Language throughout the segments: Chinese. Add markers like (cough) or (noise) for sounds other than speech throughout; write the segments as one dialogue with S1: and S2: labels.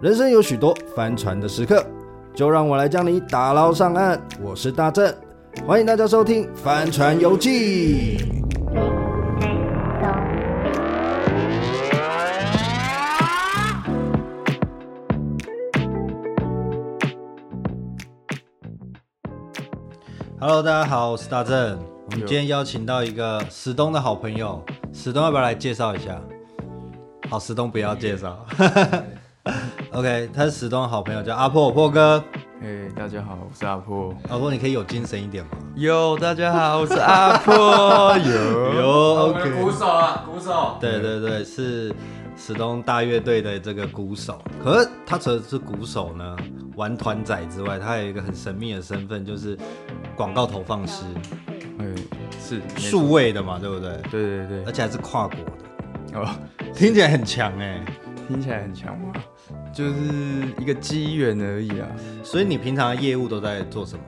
S1: 人生有许多翻船的时刻，就让我来将你打捞上岸。我是大正，欢迎大家收听《帆船游记》。Hello，大家好，我是大正。我们今天邀请到一个史东的好朋友，史东要不要来介绍一下？好，史东不要介绍。OK，他是史东的好朋友，叫阿破破哥。
S2: 嘿哎大家好，我是阿破。
S1: 阿破，你可以有精神一点吗？
S2: 哟，大家好，我是阿 (laughs) 破。哟，
S1: 有
S3: 鼓
S1: ，OK。
S3: 手啊，鼓手。
S1: 对对对，是史东大乐队的这个鼓手。可是他除了是鼓手呢，玩团仔之外，他还有一个很神秘的身份，就是广告投放师，
S2: 哎，是没错
S1: 数位的嘛，对不对？
S2: 对对
S1: 而
S2: 对，
S1: 且还是跨国的，
S2: 哦，
S1: 听起来很强哎、
S2: 听起来很强吗？就是一个机缘而已啊。
S1: 所以你平常的业务都在做什么？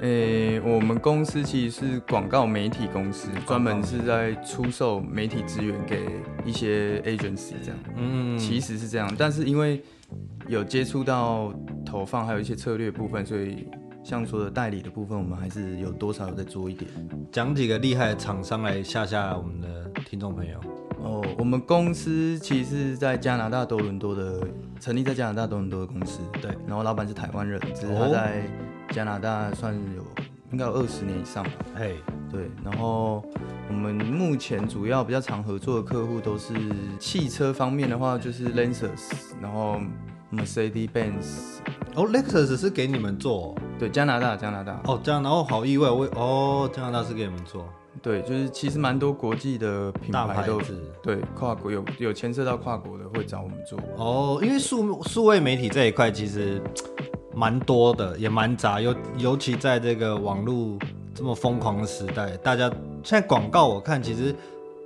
S2: 诶，哎我们公司其实是广告媒体公司，专门是在出售媒体资源给一些 agency 这样。
S1: 嗯，
S2: 其实是这样，但是因为有接触到投放，还有一些策略部分，所以像说的代理的部分，我们还是有多少有在做一点。
S1: 讲几个厉害的厂商来吓吓我们的听众朋友。
S2: 哦，我们公司其实是在加拿大多伦多的，成立在加拿大多伦多的公司。
S1: 对
S2: 然后老板是台湾人，只是
S1: 哦
S2: 他在加拿大算有应该有二十年以上吧。
S1: 嘿，
S2: 对，然后我们目前主要比较常合作的客户都是汽车方面的话，就是 Lexus，然后 Mercedes-Benz。
S1: 哦，Lexus 是给你们做哦
S2: 对，加拿大，加拿大。
S1: 哦，哦这样，然后好意外，我哦，加拿大是给你们做
S2: 对，就是其实蛮多国际的品
S1: 大
S2: 牌
S1: 牌
S2: 都
S1: 子
S2: 对跨国有有牵涉到跨国的会找我们做。
S1: 哦，因为数数位媒体这一块其实嘖蛮多的，也蛮杂，尤尤其在这个网络这么疯狂的时代，大家现在广告我看其实。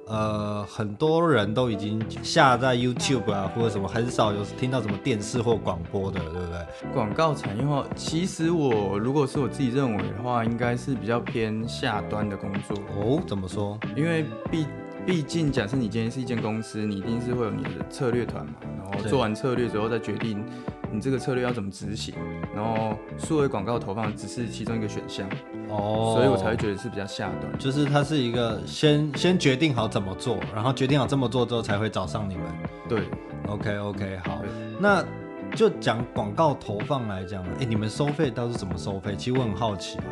S1: 呃，很多人都已经下在 YouTube 啊，或者什么，很少有听到什么电视或广播的，对不对？
S2: 广告产业化，其实我如果是我自己认为的话，应该是比较偏下端的工作，
S1: 哦，怎么说？
S2: 因为毕毕竟假设你今天是一间公司，你一定是会有你的策略团嘛，然后
S1: 对
S2: 做完策略之后再决定你这个策略要怎么执行，然后数位广告投放只是其中一个选项，
S1: 哦，
S2: 所以我才会觉得是比较下端。
S1: 就是它是一个先先决定好怎么做，然后决定好这么做之后才会找上你们。
S2: 对，
S1: OK OK，好
S2: 对，
S1: 那就讲广告投放来讲，哎、你们收费倒是怎么收费？其实我很好奇。欸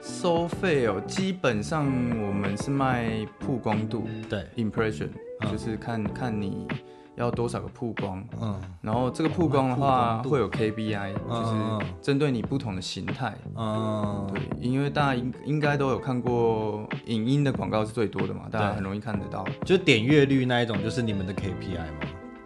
S2: 收费哦，基本上我们是卖曝光度
S1: 对，
S2: （impression），、
S1: 嗯
S2: 就是看看你要多少个曝光。
S1: 嗯
S2: 然后这个曝光的
S1: 哦那曝光
S2: 话
S1: 度
S2: 会有 KPI，
S1: 嗯
S2: 就是针对你不同的形态。
S1: 嗯
S2: 对，，因为大家应应该都有看过影音的广告是最多的嘛，大家
S1: 对
S2: 很容易看得到。
S1: 就点阅率那一种，就是你们的 KPI 嘛。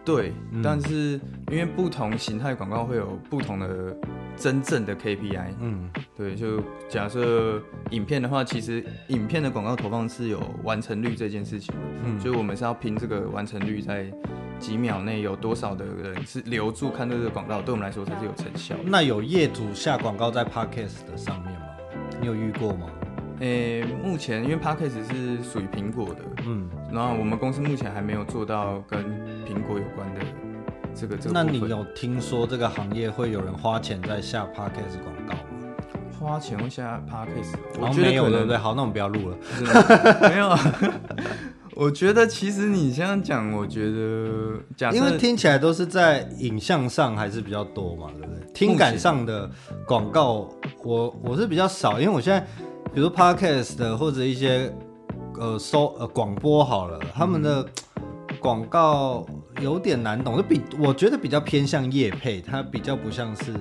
S2: 对，
S1: 嗯
S2: 但是因为不同形态广告会有不同的真正的 KPI。
S1: 嗯，
S2: 对，就假设影片的话，其实影片的广告投放是有完成率这件事情的，
S1: 嗯
S2: 所以我们是要拼这个完成率在几秒内有多少的人是留住看到这个广告，对我们来说才是有成效的。
S1: 那有业主下广告在 Podcast 的上面吗？你有遇过吗？
S2: 诶、目前因为 Podcast 是属于苹果的，
S1: 嗯，
S2: 然后我们公司目前还没有做到跟苹果有关的这个这个
S1: 那
S2: 部
S1: 你
S2: 分
S1: 有听说这个行业会有人花钱在下 Podcast 广告吗？
S2: 花钱会下 Podcast，
S1: 好像
S2: 我觉
S1: 哦没
S2: 得
S1: 有，
S2: 可
S1: 对不
S2: 能
S1: 对？好，那我们不要录了。
S2: 真的没有啊。我觉得其实你这样讲，我觉得假设
S1: 因为听起来都是在影像上还是比较多嘛，对不对？听感上的广告，我我是比较少，因为我现在比如 podcast 的或者一些呃收呃广播好了，他们的
S2: 嗯
S1: 广告有点难懂，就比我觉得比较偏向业配，它比较不像是。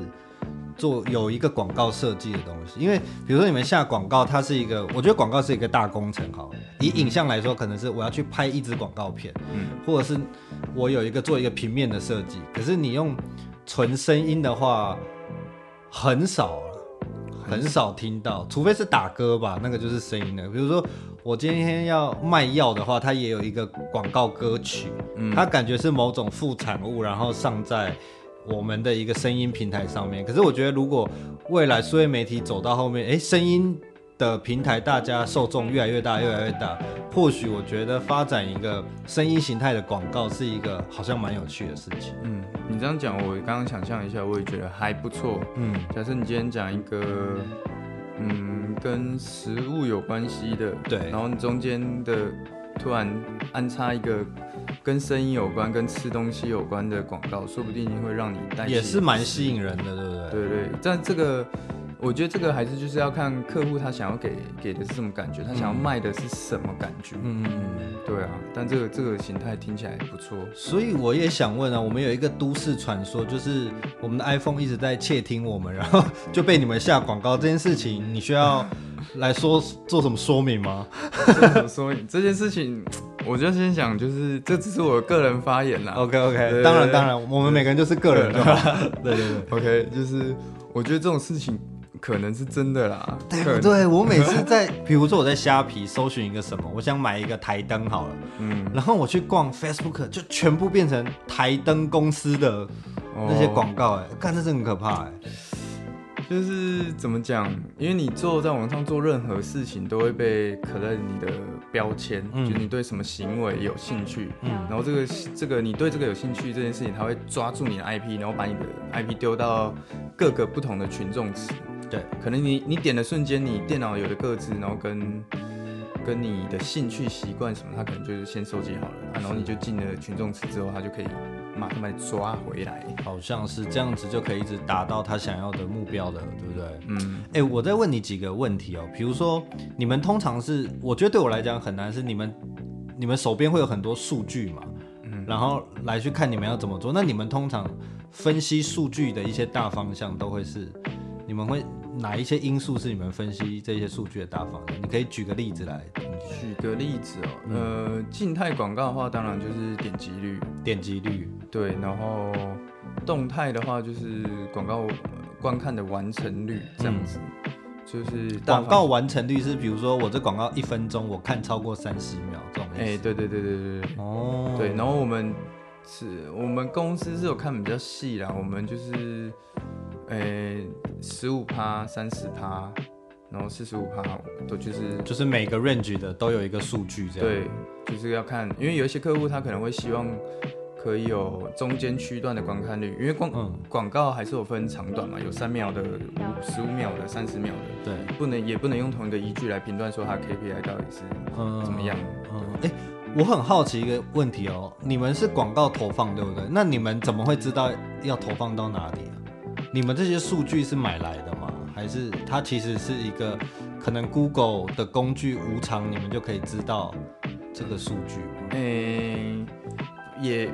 S1: 做有一个广告设计的东西，因为比如说你们下广告，它是一个，我觉得广告是一个大工程。好了，以影像来说，可能是我要去拍一支广告片，
S2: 嗯
S1: 或者是我有一个做一个平面的设计，可是你用纯声音的话，很少了，很少听到，除非是打歌吧，那个就是声音的。比如说我今天要卖药的话，它也有一个广告歌曲，它感觉是某种副产物，然后上在。我们的一个声音平台上面，可是我觉得，如果未来数位媒体走到后面，诶，声音的平台大家受众越来越大，越来越大，或许我觉得发展一个声音形态的广告是一个好像蛮有趣的事情。
S2: 嗯，你这样讲，我刚刚想象一下，我也觉得还不错。
S1: 嗯，
S2: 假设你今天讲一个，嗯，跟食物有关系的，
S1: 对
S2: 然后你中间的突然安插一个跟声音有关、跟吃东西有关的广告，说不定会让你带起
S1: 也是蛮吸引人的，对不对？
S2: 对对，但这个我觉得这个还是就是要看客户他想要给给的是什么感觉，他想要卖的是什么感觉。
S1: 嗯嗯嗯。
S2: 对啊，但这个这个形态听起来不错。
S1: 所以我也想问啊，我们有一个都市传说，就是我们的 iPhone 一直在窃听我们，然后就被你们下广告这件事情，你需要来说做什么说明吗？
S2: 怎么说这件事情，我就先想，就是这只是我个人发言啦。
S1: OK OK，
S2: 对对
S1: 当然
S2: 对
S1: 当然，我们每个人就是个人就好。 (laughs) 对对对，
S2: OK，就是我觉得这种事情可能是真的啦，
S1: 对
S2: 可
S1: 不对？我每次在， (laughs) 比如说我在虾皮搜寻一个什么，我想买一个台灯好了，
S2: 嗯，
S1: 然后我去逛 Facebook，就全部变成台灯公司的
S2: 哦
S1: 那些广告、哎、看这是很可怕、哎，
S2: 就是怎么讲？因为你做在网上做任何事情，都会被可能你的标签，
S1: 嗯
S2: 就是你对什么行为有兴趣，
S1: 嗯
S2: 然后这个这个你对这个有兴趣这件事情，它会抓住你的 IP，然后把你的 IP 丢到各个不同的群众池。
S1: 对，
S2: 可能你你点的瞬间，你电脑有的各自，然后跟跟你的兴趣习惯什么，它可能就是先收集好了，啊、然后你就进了群众池之后，它就可以马上把你抓回来。
S1: 好像是这样子就可以一直达到他想要的目标的，对不对？
S2: 嗯，
S1: 哎、我再问你几个问题哦，比如说你们通常是，我觉得对我来讲很难，是你们你们手边会有很多数据嘛，
S2: 嗯
S1: 然后来去看你们要怎么做。那你们通常分析数据的一些大方向都会是，你们会哪一些因素是你们分析这些数据的大方向？你可以举个例子来听听，
S2: 举个例子
S1: 嗯
S2: 哦，呃，静态广告的话，当然就是点击率，
S1: 点击率，
S2: 对，然后动态的话就是广告观看的完成率这样子，就是
S1: 嗯
S2: 大
S1: 广告完成率是，比如说我这广告一分钟我看超过三十秒这种
S2: 方，
S1: 意思。
S2: 哎、对对对对对对，
S1: 哦，
S2: 对，然后我们是，我们公司是有看比较细啦，我们就是，呃，十五趴、三十趴，然后四十五趴，都就是
S1: 就是每个 range 的都有一个数据这样。
S2: 对，就是要看，因为有一些客户他可能会希望可以有中间区段的观看率，因为广、
S1: 嗯
S2: 广告还是有分长短嘛，有三秒的、五十五秒的、三十秒的，
S1: 对，
S2: 不能也不能用同一个依据来评断说它 KPI 到底是
S1: 嗯，
S2: 怎么样。
S1: 嗯，哎、我很好奇一个问题哦，你们是广告投放对不对？那你们怎么会知道要投放到哪里啊？你们这些数据是买来的吗？还是它其实是一个可能 Google 的工具无偿，你们就可以知道这个数据吗？
S2: 诶、也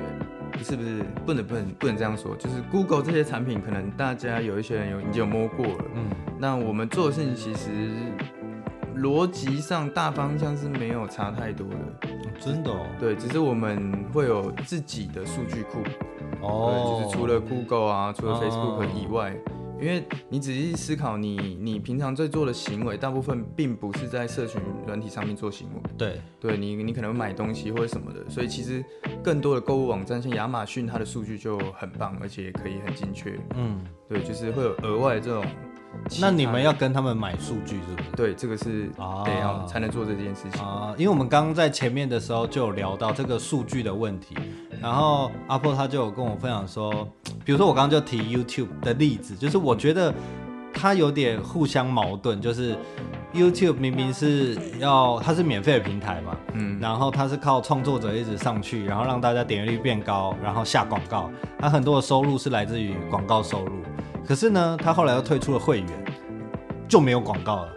S2: 不是不是，不能不能不能这样说。就是 Google 这些产品，可能大家有一些人有已经有摸过了。
S1: 嗯，
S2: 那我们做的事情其实逻辑上大方向是没有差太多的，
S1: 真的哦，
S2: 对，只是我们会有自己的数据库，
S1: 哦，
S2: 对，就是除了 Google 啊，除了
S1: 哦
S2: Facebook 以外。因为你仔细思考你，你平常在做的行为，大部分并不是在社群软体上面做行为，
S1: 对，
S2: 对你，你可能会买东西或者什么的，所以其实更多的购物网站，像亚马逊，它的数据就很棒，而且也可以很精确。
S1: 嗯，
S2: 对，就是会有额外的这种其他。
S1: 那你们要跟他们买数据是不是？
S2: 对这个是
S1: 啊
S2: 得要才能做这件事情。
S1: 啊、因为我们刚刚在前面的时候就有聊到这个数据的问题，然后阿破他就有跟我分享说，比如说我刚刚就提 YouTube 的例子，就是我觉得它有点互相矛盾，就是 YouTube 明明是要它是免费的平台嘛，
S2: 嗯，
S1: 然后它是靠创作者一直上去，然后让大家点阅率变高，然后下广告，它很多的收入是来自于广告收入，可是呢，它后来又推出了会员，就没有广告了。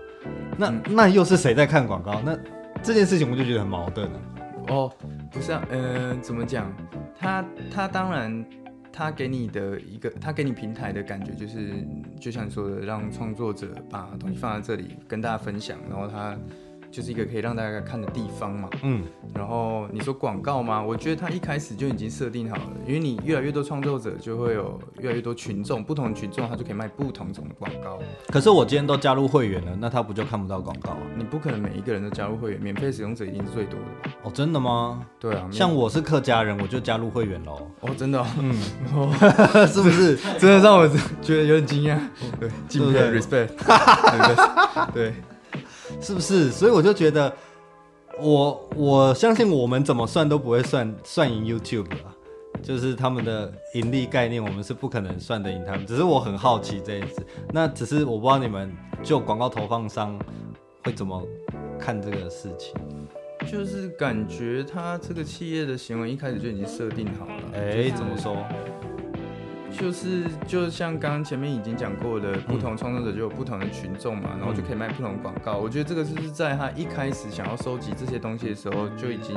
S1: 那那又是谁在看广告？那这件事情我就觉得很矛盾了。
S2: 哦，不是啊，嗯、怎么讲？它它当然，它给你的一个，它给你平台的感觉就是，就像你说的，让创作者把东西放在这里跟大家分享，然后它就是一个可以让大家看的地方嘛。
S1: 嗯，
S2: 然后你说广告吗？我觉得它一开始就已经设定好了，因为你越来越多创作者，就会有越来越多群众，不同的群众他就可以卖不同种的广告。
S1: 可是我今天都加入会员了，那他不就看不到广告啊？
S2: 你不可能每一个人都加入会员，免费使用者一定是最多的吧？
S1: 哦，真的吗？
S2: 对啊，免
S1: 像我是客家人，我就加入会员喽，
S2: 哦，真的、哦， (laughs) 嗯，
S1: 是不是？
S2: (laughs) 真的让我觉得有点惊讶，对，敬佩
S1: 对 (laughs)
S2: ，respect，respect，对，
S1: 是不是？所以我就觉得我我相信我们怎么算都不会算算赢 YouTube 啊，就是他们的盈利概念，我们是不可能算得赢他们。只是我很好奇这一次，那只是我不知道你们就广告投放商会怎么看这个事情。啊
S2: 就是感觉他这个企业的行为一开始就已经设定好了。
S1: 哎、怎么说？
S2: 就是就像刚刚前面已经讲过的，不同创作者就有不同的群众
S1: 嗯
S2: 嘛，然后就可以卖不同的广告。我觉得这个就是在他一开始想要收集这些东西的时候，就已经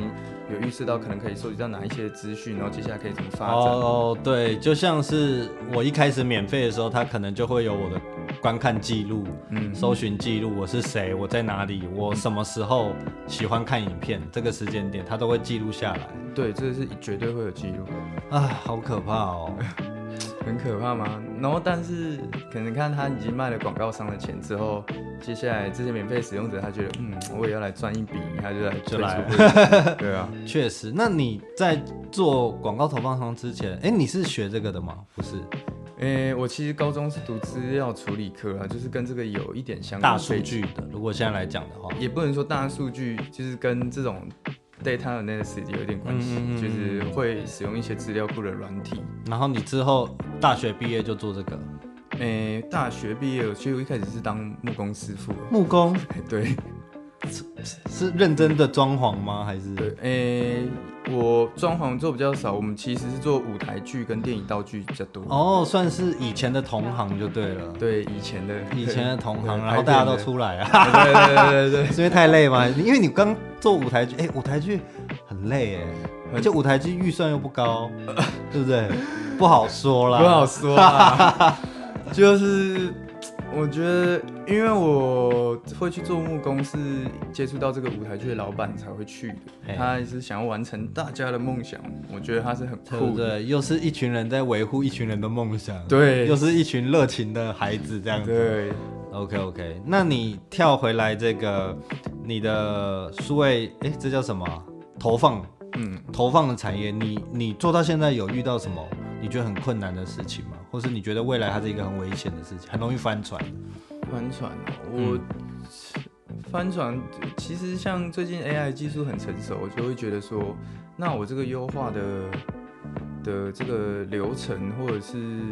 S2: 有预示到可能可以收集到哪一些资讯，然后接下来可以怎么发展。
S1: 哦，对，就像是我一开始免费的时候，它可能就会有我的观看记录、
S2: 嗯，
S1: 搜寻记录，我是谁，我在哪里，我什么时候喜欢看影片，这个时间点它都会记录下来。
S2: 对，这是绝对会有记录，
S1: 啊，好可怕
S2: (laughs)
S1: 哦！
S2: 很可怕吗？然后但是可能看他已经卖了广告商的钱之后，接下来这些免费使用者他觉得，嗯，我也要来赚一笔，他就来
S1: 就
S2: 退
S1: 来
S2: 出会 (laughs) 员对啊。
S1: 确实，那你在做广告投放商之前，哎、你是学这个的吗？不是，
S2: 诶、我其实高中是读资料处理科啊，就是跟这个有一点相关。
S1: 大数，据的。如果现在来讲的话，
S2: 也不能说大数据，就是跟这种 data analysis 有一点关系，
S1: 嗯嗯嗯嗯
S2: 就是会使用一些资料库的软体。
S1: 然后你之后大学毕业就做这个
S2: 诶、大学毕业，其实我一开始是当木工师傅，
S1: 木工，
S2: 对
S1: (laughs) 是认真的装潢吗？还是
S2: 对，诶、我装潢做比较少，我们其实是做舞台剧跟电影道具比较多。
S1: 哦，算是以前的同行就对了，
S2: 对，以前的
S1: 以前的同行，
S2: 对
S1: 然后大家都
S2: 拍片的
S1: 出来 (laughs) 啊，
S2: (laughs) 对对对
S1: (laughs)
S2: 对对，
S1: 是因为太累吗？因为你刚做舞台剧，哎、舞台剧很累哎、
S2: 很
S1: 而且舞台剧预算又不
S2: (laughs)
S1: 高，对不对？不好说啦，
S2: 不好说啊，
S1: (laughs)
S2: 就是我觉得，因为我会去做木工，是接触到这个舞台剧的老板才会去
S1: 嘿
S2: 的，他也是想要完成大家的梦想，我觉得他是很
S1: 对不
S2: 酷的。
S1: 对？又是一群人在维护一群人的梦想，
S2: 对
S1: 又是一群热情的孩子这样子。
S2: 对，
S1: OK OK，那你跳回来这个你的数位，哎，这叫什么啊？投放
S2: 嗯，
S1: 投放的产业，你你做到现在有遇到什么你觉得很困难的事情吗？或是你觉得未来它是一个很危险的事情，很容易翻船？
S2: 帆船哦，
S1: 嗯
S2: 我、帆船其实像最近 AI 技术很成熟，我就会觉得说，那我这个优化的的这个流程，或者是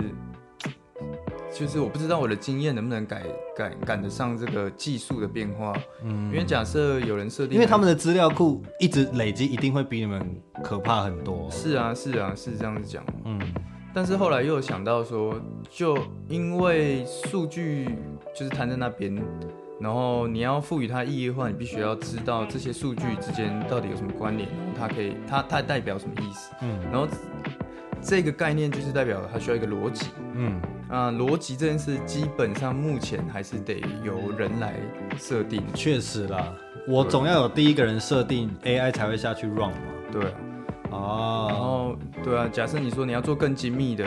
S2: 就是我不知道我的经验能不能改赶赶得上这个技术的变化，
S1: 嗯
S2: 因为假设有人设定，
S1: 因为他们的资料库一直累积，一定会比你们可怕很多。
S2: 是啊是啊是这样子讲，
S1: 嗯，
S2: 但是后来又有想到说，就因为数据就是摊在那边，然后你要赋予它意义的话，你必须要知道这些数据之间到底有什么关联，然后它可以它它代表什么意思，
S1: 嗯，
S2: 然后这个概念就是代表它需要一个逻辑。
S1: 嗯，
S2: 啊，逻辑这件事基本上目前还是得由人来设定，
S1: 确实啦，我总要有第一个人设定 AI 才会下去 run 嘛。
S2: 对啊。然
S1: 哦，
S2: 后对啊，假设你说你要做更精密的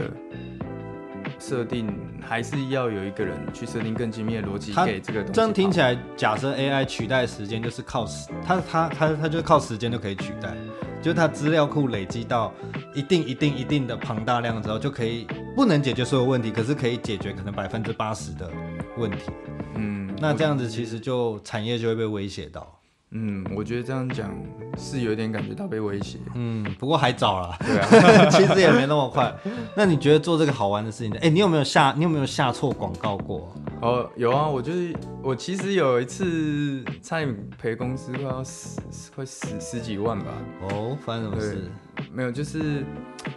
S2: 设定，还是要有一个人去设定更精密的逻辑
S1: 他
S2: 给这个东西跑。
S1: 这样听起来，假设 AI 取代时间就是靠时，它它它它就是靠时间就可以取代，就是它资料库累积到一定一定一定的庞大量之后，就可以不能解决所有问题，可是可以解决可能百分之八十的问题。
S2: 嗯，
S1: 那
S2: 我
S1: 这样子其实就产业就会被威胁到。
S2: 嗯，我觉得这样讲是有点感觉到被威胁。
S1: 嗯，不过还早啦，
S2: 对啊，
S1: (laughs) 其实也没那么快。那你觉得做这个好玩的事情，哎、你有没有下你有没有下错广告过？
S2: 哦，有啊，我就是我其实有一次差点赔公司快要十快十十几万吧。
S1: 哦，发生什么事？
S2: 没有，就是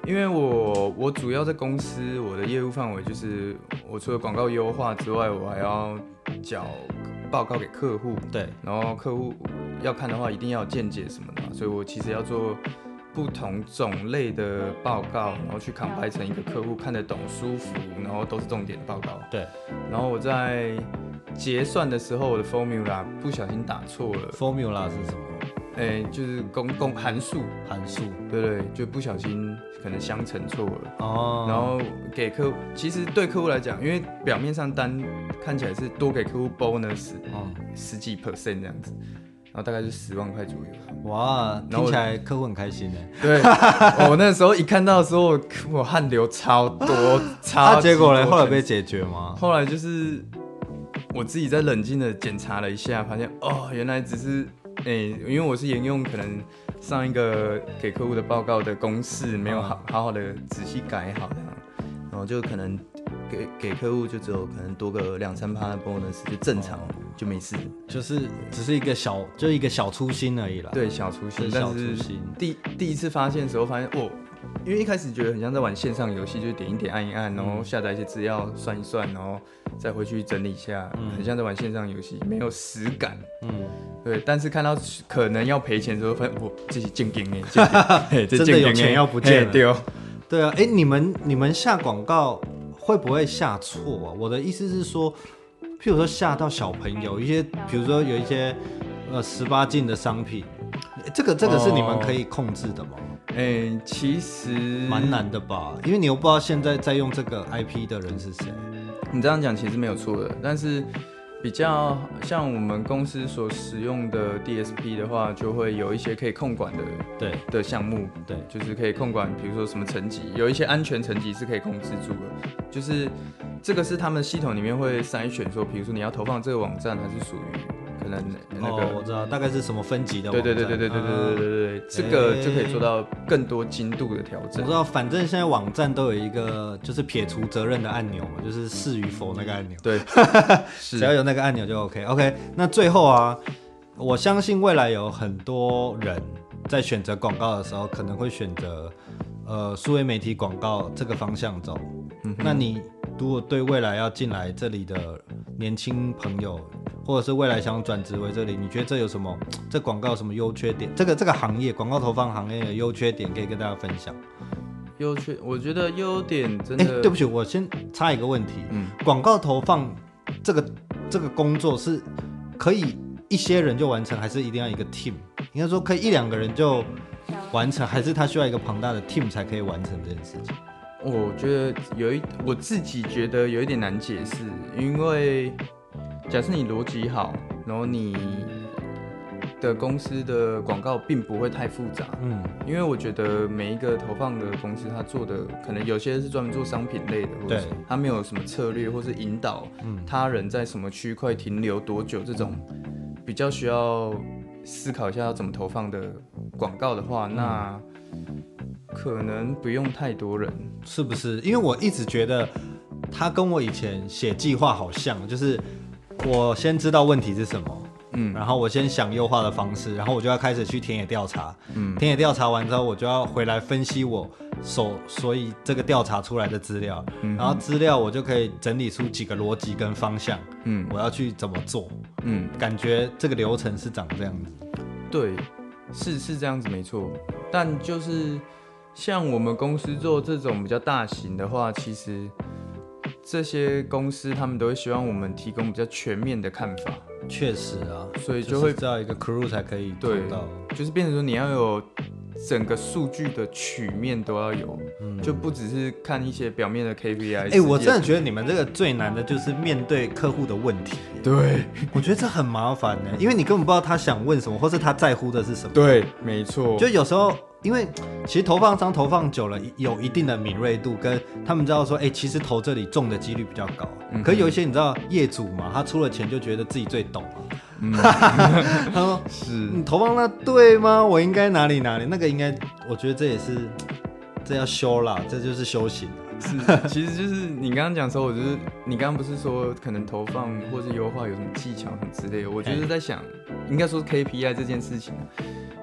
S2: 因为我我主要在公司，我的业务范围就是我除了广告优化之外，我还要缴报告给客户，
S1: 对，
S2: 然后客户要看的话，一定要有见解什么的嘛，所以我其实要做不同种类的报告，然后去 combine 成一个客户看得懂、舒服，然后都是重点的报告。
S1: 对
S2: 然后我在结算的时候，我的 formula 不小心打错了，
S1: ，formula 是什么
S2: 哎，就是公公函数，
S1: 函数？
S2: 对不对？就不小心可能相乘错了。
S1: 哦，
S2: 然后给客户，其实对客户来讲，因为表面上单看起来是多给客户 bonus
S1: 嗯，
S2: 十几 percent 这样子，然后大概是十万块左右。
S1: 哇，
S2: 然
S1: 听
S2: 后我
S1: 起来客户很开心呢。
S2: (laughs) 对，我那时候一看到的时候，我我汗流超多，超
S1: 啊，
S2: 级多。
S1: 结果呢？后来被解决吗？
S2: 后来就是我自己在冷静的检查了一下，发现哦，原来只是诶、因为我是沿用可能上一个给客户的报告的公式，没有
S1: 嗯
S2: 好好好的仔细改好这样，然后就可能给给客户就只有可能多个两三趴的 bonus 就正
S1: 哦
S2: 常、就没事，
S1: 就是只是一个小，就一个小粗心而已啦。，
S2: 对小粗心
S1: 是，
S2: 但
S1: 啊小
S2: 是
S1: 粗心
S2: 第第一次发现的时候发现哦。因为一开始觉得很像在玩线上游戏，就是点一点按一按，然
S1: 嗯
S2: 后下载一些资料算一算，然后再回去整理一下，很像在玩线上游戏，没有实感。
S1: 嗯，
S2: 对，但是看到可能要赔钱之后，发现我哦这是正经
S1: (laughs)
S2: 哎，嘿这
S1: 真的
S2: 正经
S1: 有
S2: 的
S1: 钱要不见了
S2: 嘿对哦，
S1: 对啊，哎，你们你们下广告会不会下错啊？我的意思是说，譬如说下到小朋友一些，比如说有一些呃十八禁的商品，诶这个这个是你们
S2: 哦
S1: 可以控制的吗？
S2: 哎、其实
S1: 蛮。难的吧，因为你又不知道现在在用这个 IP 的人是谁。
S2: 你这样讲其实没有错的，但是比较像我们公司所使用的 DSP 的话，就会有一些可以控管的
S1: 对
S2: 的项目，
S1: 对，
S2: 就是可以控管，比如说什么层级，有一些安全层级是可以控制住的。就是这个是他们系统里面会筛选说，比如说你要投放这个网站，还是属于可能那个、
S1: 哦，我知道，大概是什么分级的网
S2: 对
S1: 站。
S2: 对对对对对对对
S1: 啊
S2: 对对，这个
S1: 哎
S2: 就可以做到更多精度的调
S1: 我
S2: 整
S1: 知。道，反正现在网站都有一个就是撇除责任的按钮嘛，就是是与否那个按钮，
S2: 对，
S1: (laughs) 只要
S2: 是，
S1: 有那个按钮就 OK。OK，那最后啊，我相信未来有很多人在选择广告的时候，可能会选择呃数位媒体广告这个方向走。
S2: 嗯哼
S1: 那你如果对未来要进来这里的年轻朋友，或者是未来想转职为这里，你觉得这有什么？这广告有什么优缺点？这个这个行业广告投放行业的优缺点可以跟大家分享。
S2: 优缺，我觉得优点真
S1: 哎、
S2: 的，
S1: 对不起，我先插一个问题，
S2: 嗯，
S1: 广告投放这个这个工作是可以一些人就完成，还是一定要一个 team？应该说可以一两个人就完成，还是他需要一个庞大的 team 才可以完成这件事情？
S2: 我觉得有一，我自己觉得有一点难解释，因为假设你逻辑好，然后你的公司的广告并不会太复杂，
S1: 嗯，
S2: 因为我觉得每一个投放的公司，它做的可能有些是专门做商品类的，或者
S1: 对
S2: 是它没有什么策略，或是引导他人在什么区块停留多久这种比较需要思考一下要怎么投放的广告的话，那可能不用太多人。
S1: 是不是？因为我一直觉得他跟我以前写计划好像，就是我先知道问题是什么，
S2: 嗯
S1: 然后我先想优化的方式，然后我就要开始去田野调查，
S2: 嗯，
S1: 田野调查完之后，我就要回来分析我所所以这个调查出来的资料，
S2: 嗯
S1: 然后资料我就可以整理出几个逻辑跟方向，
S2: 嗯
S1: 我要去怎么做，
S2: 嗯，
S1: 感觉这个流程是长这样子。
S2: 对，是是这样子没错，但就是像我们公司做这种比较大型的话，其实这些公司他们都会希望我们提供比较全面的看法，
S1: 确实啊，
S2: 所以
S1: 就
S2: 就是会
S1: 知道一个 crew 才可以做
S2: 对
S1: 到。
S2: 就是变成说你要有整个数据的曲面都要有，就不只是看一些表面的 KPI。
S1: 嗯哎、我真的觉得你们这个最难的就是面对客户的问题，
S2: 对
S1: 我觉得这很麻烦呢，因为你根本不知道他想问什么，或是他在乎的是什么。
S2: 对，没错，
S1: 就有时候，因为其实投放商投放久了，有一定的敏锐度，跟他们知道说，哎、其实投这里中的几率比较高。
S2: 嗯
S1: 可有一些你知道业主嘛，他出了钱就觉得自己最懂了。 (laughs) 他说
S2: 是
S1: 你投放那对吗？我应该哪里哪里？那个应该，我觉得这也是这要修啦，这就是修行。啊
S2: 是，其实就是你刚刚讲的时候，我就是你刚刚不是说可能投放或是优化有什么技巧什么之类的，我就是在想，应该说是 KPI 这件事情啊，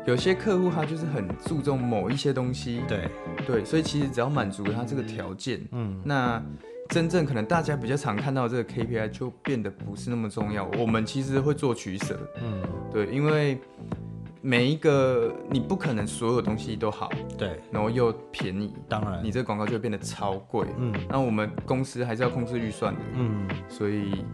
S2: 有些客户他就是很注重某一些东西，
S1: 对，
S2: 对，所以其实只要满足他这个条件，
S1: 嗯，
S2: 那真正可能大家比较常看到的这个 KPI 就变得不是那么重要，我们其实会做取舍，
S1: 嗯，
S2: 对，因为每一个你不可能所有东西都好，
S1: 对，
S2: 然后又便宜，
S1: 当然
S2: 你，这广告就会变得超贵。
S1: 哎嗯
S2: 那我们公司还是要控制预算的，
S1: 嗯，
S2: 所以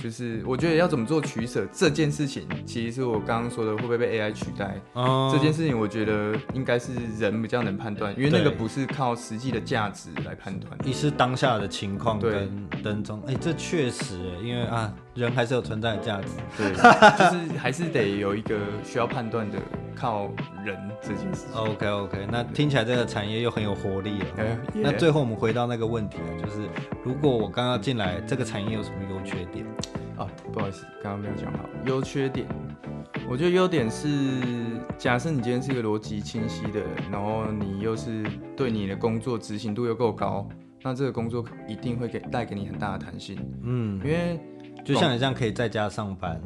S2: 就是我觉得要怎么做取舍这件事情，其实是我刚刚说的会不会被 AI 取代、
S1: 哦
S2: 这件事情，我觉得应该是人比较能判断，因为那
S1: 对
S2: 个不是靠实际的价值来判断。
S1: 一是当下的情况
S2: 对
S1: 跟跟踪，哎、这确实耶，因为啊，人还是有存在的价值。
S2: 对， (laughs) 就是还是得有一个需要判断的靠人这件事情。
S1: OK OK，那听起来这个产业又很有活力了。哦
S2: 嗯
S1: 那
S2: yeah
S1: 最后我们回到那个问题啊，就是如果我刚刚进来，这个产业有什么优缺点？
S2: 哦啊，不好意思，刚刚没有讲好。优缺点，我觉得优点是，假设你今天是一个逻辑清晰的人，然后你又是对你的工作执行度又够高，那这个工作一定会给带给你很大的弹性，
S1: 嗯
S2: 因，为
S1: 就像你这样可以在家上班。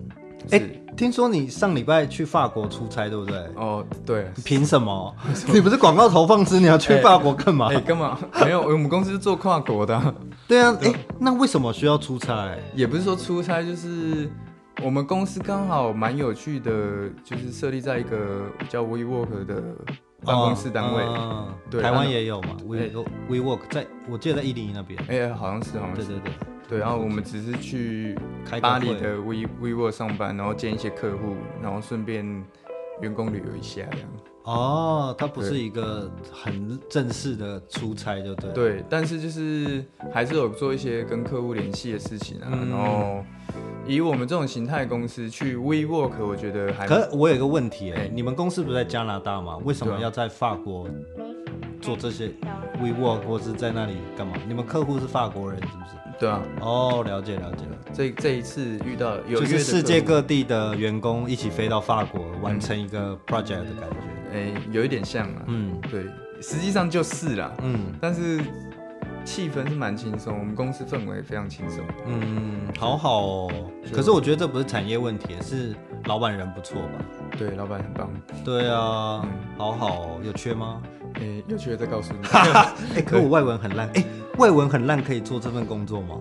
S2: 是
S1: 哎、听说你上礼拜去法国出差，对不对？
S2: 哦对，
S1: (laughs)
S2: (laughs)
S1: 凭什么？ (laughs) 你不是广告投放师，你要去法国干嘛？
S2: 哎、干嘛没有？我们公司是做跨国的啊、
S1: 对啊，哎、那为什么需要出差？
S2: 也不是说出差，就是我们公司刚好蛮有趣的，就是设立在一个叫 WeWork 的办公室单位。哎、
S1: 哦嗯
S2: 对
S1: 台
S2: 啊
S1: 湾
S2: 那
S1: 也有嘛，We 哦
S2: 哎
S1: We Work 在，我记得在一零一那边。
S2: 好像是，好像
S1: 对
S2: 是。
S1: 对对，
S2: 对，然后我们只是去
S1: 开个
S2: 巴黎
S1: 会
S2: 的 We WeWork 上班，然后见一些客户，然后顺便员工旅游一下这样。
S1: 哦，它不是一个很正式的出差，就对。，
S2: 对，但是就是还是有做一些跟客户联系的事情啊。
S1: 嗯
S2: 然后以我们这种形态公司去 WeWork，我觉得还
S1: 可是我有一个问题、哎
S2: 哎，
S1: 你们公司不是在加拿大吗？为什么
S2: 对啊
S1: 要在法国做这些 WeWork 或是在那里干嘛？你们客户是法国人是不是？
S2: 对啊，
S1: 哦，了解了解了。
S2: 这这一次遇到
S1: 就
S2: 有约
S1: 是
S2: 的
S1: 世界
S2: 客户
S1: 各地的员工一起飞到法国，完成一个 project 的感觉。
S2: 诶、有一点像啊，
S1: 嗯
S2: 对，实际上就是啦，
S1: 嗯
S2: 但是气氛是蛮轻松，我们公司氛围非常轻松，
S1: 嗯，好好哦。
S2: 就
S1: 可是我觉得这不是产业问题，是老板人不错吧？
S2: 对，老板很棒，
S1: 对啊
S2: 嗯，
S1: 好好哦，有缺吗？
S2: 诶、有趣的再
S1: (laughs)
S2: 告诉你，
S1: 哎、可我外文很烂，哎、外文很烂可以做这份工作吗？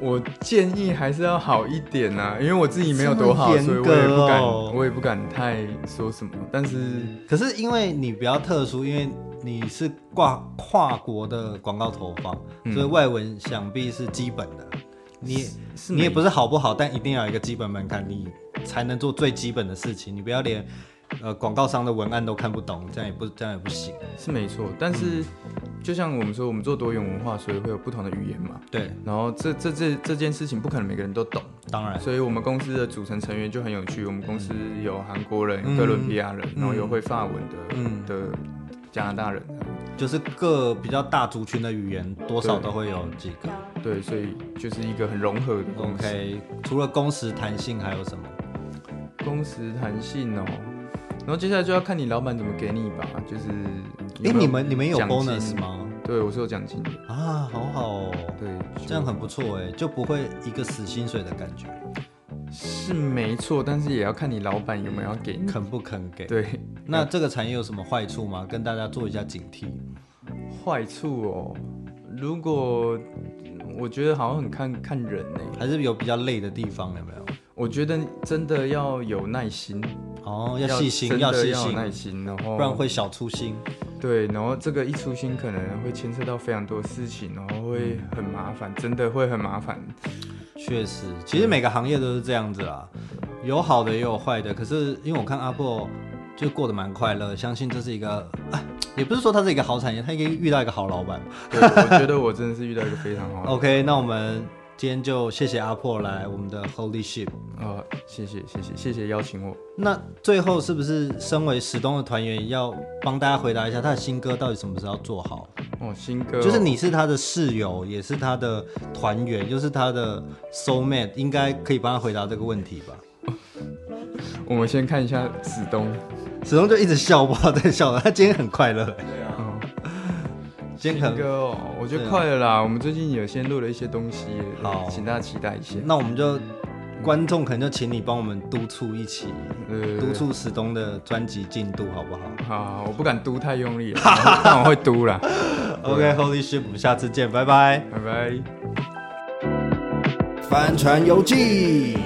S2: 我建议还是要好一点啊，因为我自己没有多好，
S1: 嗯这么
S2: 所以
S1: 严
S2: 我也不敢，
S1: 格哦
S2: 我也不敢太说什么，但是
S1: 可是因为你比较特殊，因为你是跨跨国的广告投放，所以外文想必是基本的。你
S2: 嗯是
S1: 你也
S2: 没
S1: 不是好不好，但一定要有一个基本门槛，你才能做最基本的事情。你不要连呃广告商的文案都看不懂，这样也不这样也不行。
S2: 是没错，但是、
S1: 嗯
S2: 就像我们说，我们做多元文化，所以会有不同的语言嘛，
S1: 对，
S2: 然后这这这这件事情不可能每个人都懂。
S1: 当然，
S2: 所以我们公司的组成成员就很有趣，我们公司有韩国人、
S1: 嗯
S2: 有哥伦比亚人，然后有会法文的、
S1: 嗯
S2: 的加拿大人，
S1: 就是各比较大族群的语言，多少
S2: 对
S1: 都会有几个。
S2: 对，所以就是一个很融合的公司。
S1: OK，除了工时弹性还有什么？
S2: 工时弹性哦，然后接下来就要看你老板怎么给你吧，就是
S1: 哎、
S2: 有没有
S1: 你们你们有
S2: 奖金
S1: bonus？吗？
S2: 对，我是有奖金的，
S1: 啊，好好哦，
S2: 对，就
S1: 这样很不错哎，就不会一个死薪水的感觉，
S2: 是没错，但是也要看你老板有没有要给你。
S1: 肯不肯给？
S2: 嗯对，
S1: 那这个产业有什么坏处吗？跟大家做一下警惕。
S2: 坏处哦，如果我觉得好像很看看人呢、
S1: 还是有比较累的地方，有没有？
S2: 我觉得真的要有耐心，
S1: 哦，要细心，
S2: 真的
S1: 要
S2: 要
S1: 细
S2: 有
S1: 心，
S2: 耐心，哦然后
S1: 不然会小粗心。
S2: 对，然后这个一粗心可能会牵涉到非常多事情，然后会很麻烦，真的会很麻烦。
S1: 确实，其实每个行业都是这样子啦，有好的也有坏的。可是因为我看阿布就过得蛮快乐，相信这是一个，哎也不是说它是一个好产业，它应该遇到一个好老板。
S2: 对，我觉得我真的是遇到一个非常好的，
S1: OK，那我们今天就谢谢阿破来我们的 Holy Ship。
S2: 呃，谢谢谢谢谢谢邀请我。
S1: 那最后是不是身为史东的团员，要帮大家回答一下他的新歌到底什么时候要做好？
S2: 哦，新歌哦、
S1: 就是你是他的室友，也是他的团员，就是他的 soul mate，应该可以帮他回答这个问题吧？
S2: 我们先看一下子东。
S1: 史东就一直笑，不知道在笑了。他今天很快乐、欸，
S2: 对啊，
S1: 今天可能
S2: 新歌哦，我觉
S1: 对啊
S2: 得快了啦。我们最近有先录了一些东西耶，
S1: 好嗯
S2: 请大家期待一下。
S1: 那我们就观众可能就请你帮我们督促一起
S2: 呃，
S1: 督促史东的专辑进度，好不好
S2: 好，好我不敢嘟太用力了， (laughs) 但我会嘟啦。
S1: ？OK，Holy、shit，我们下次见，拜拜。
S2: 拜拜。
S1: 帆船游记。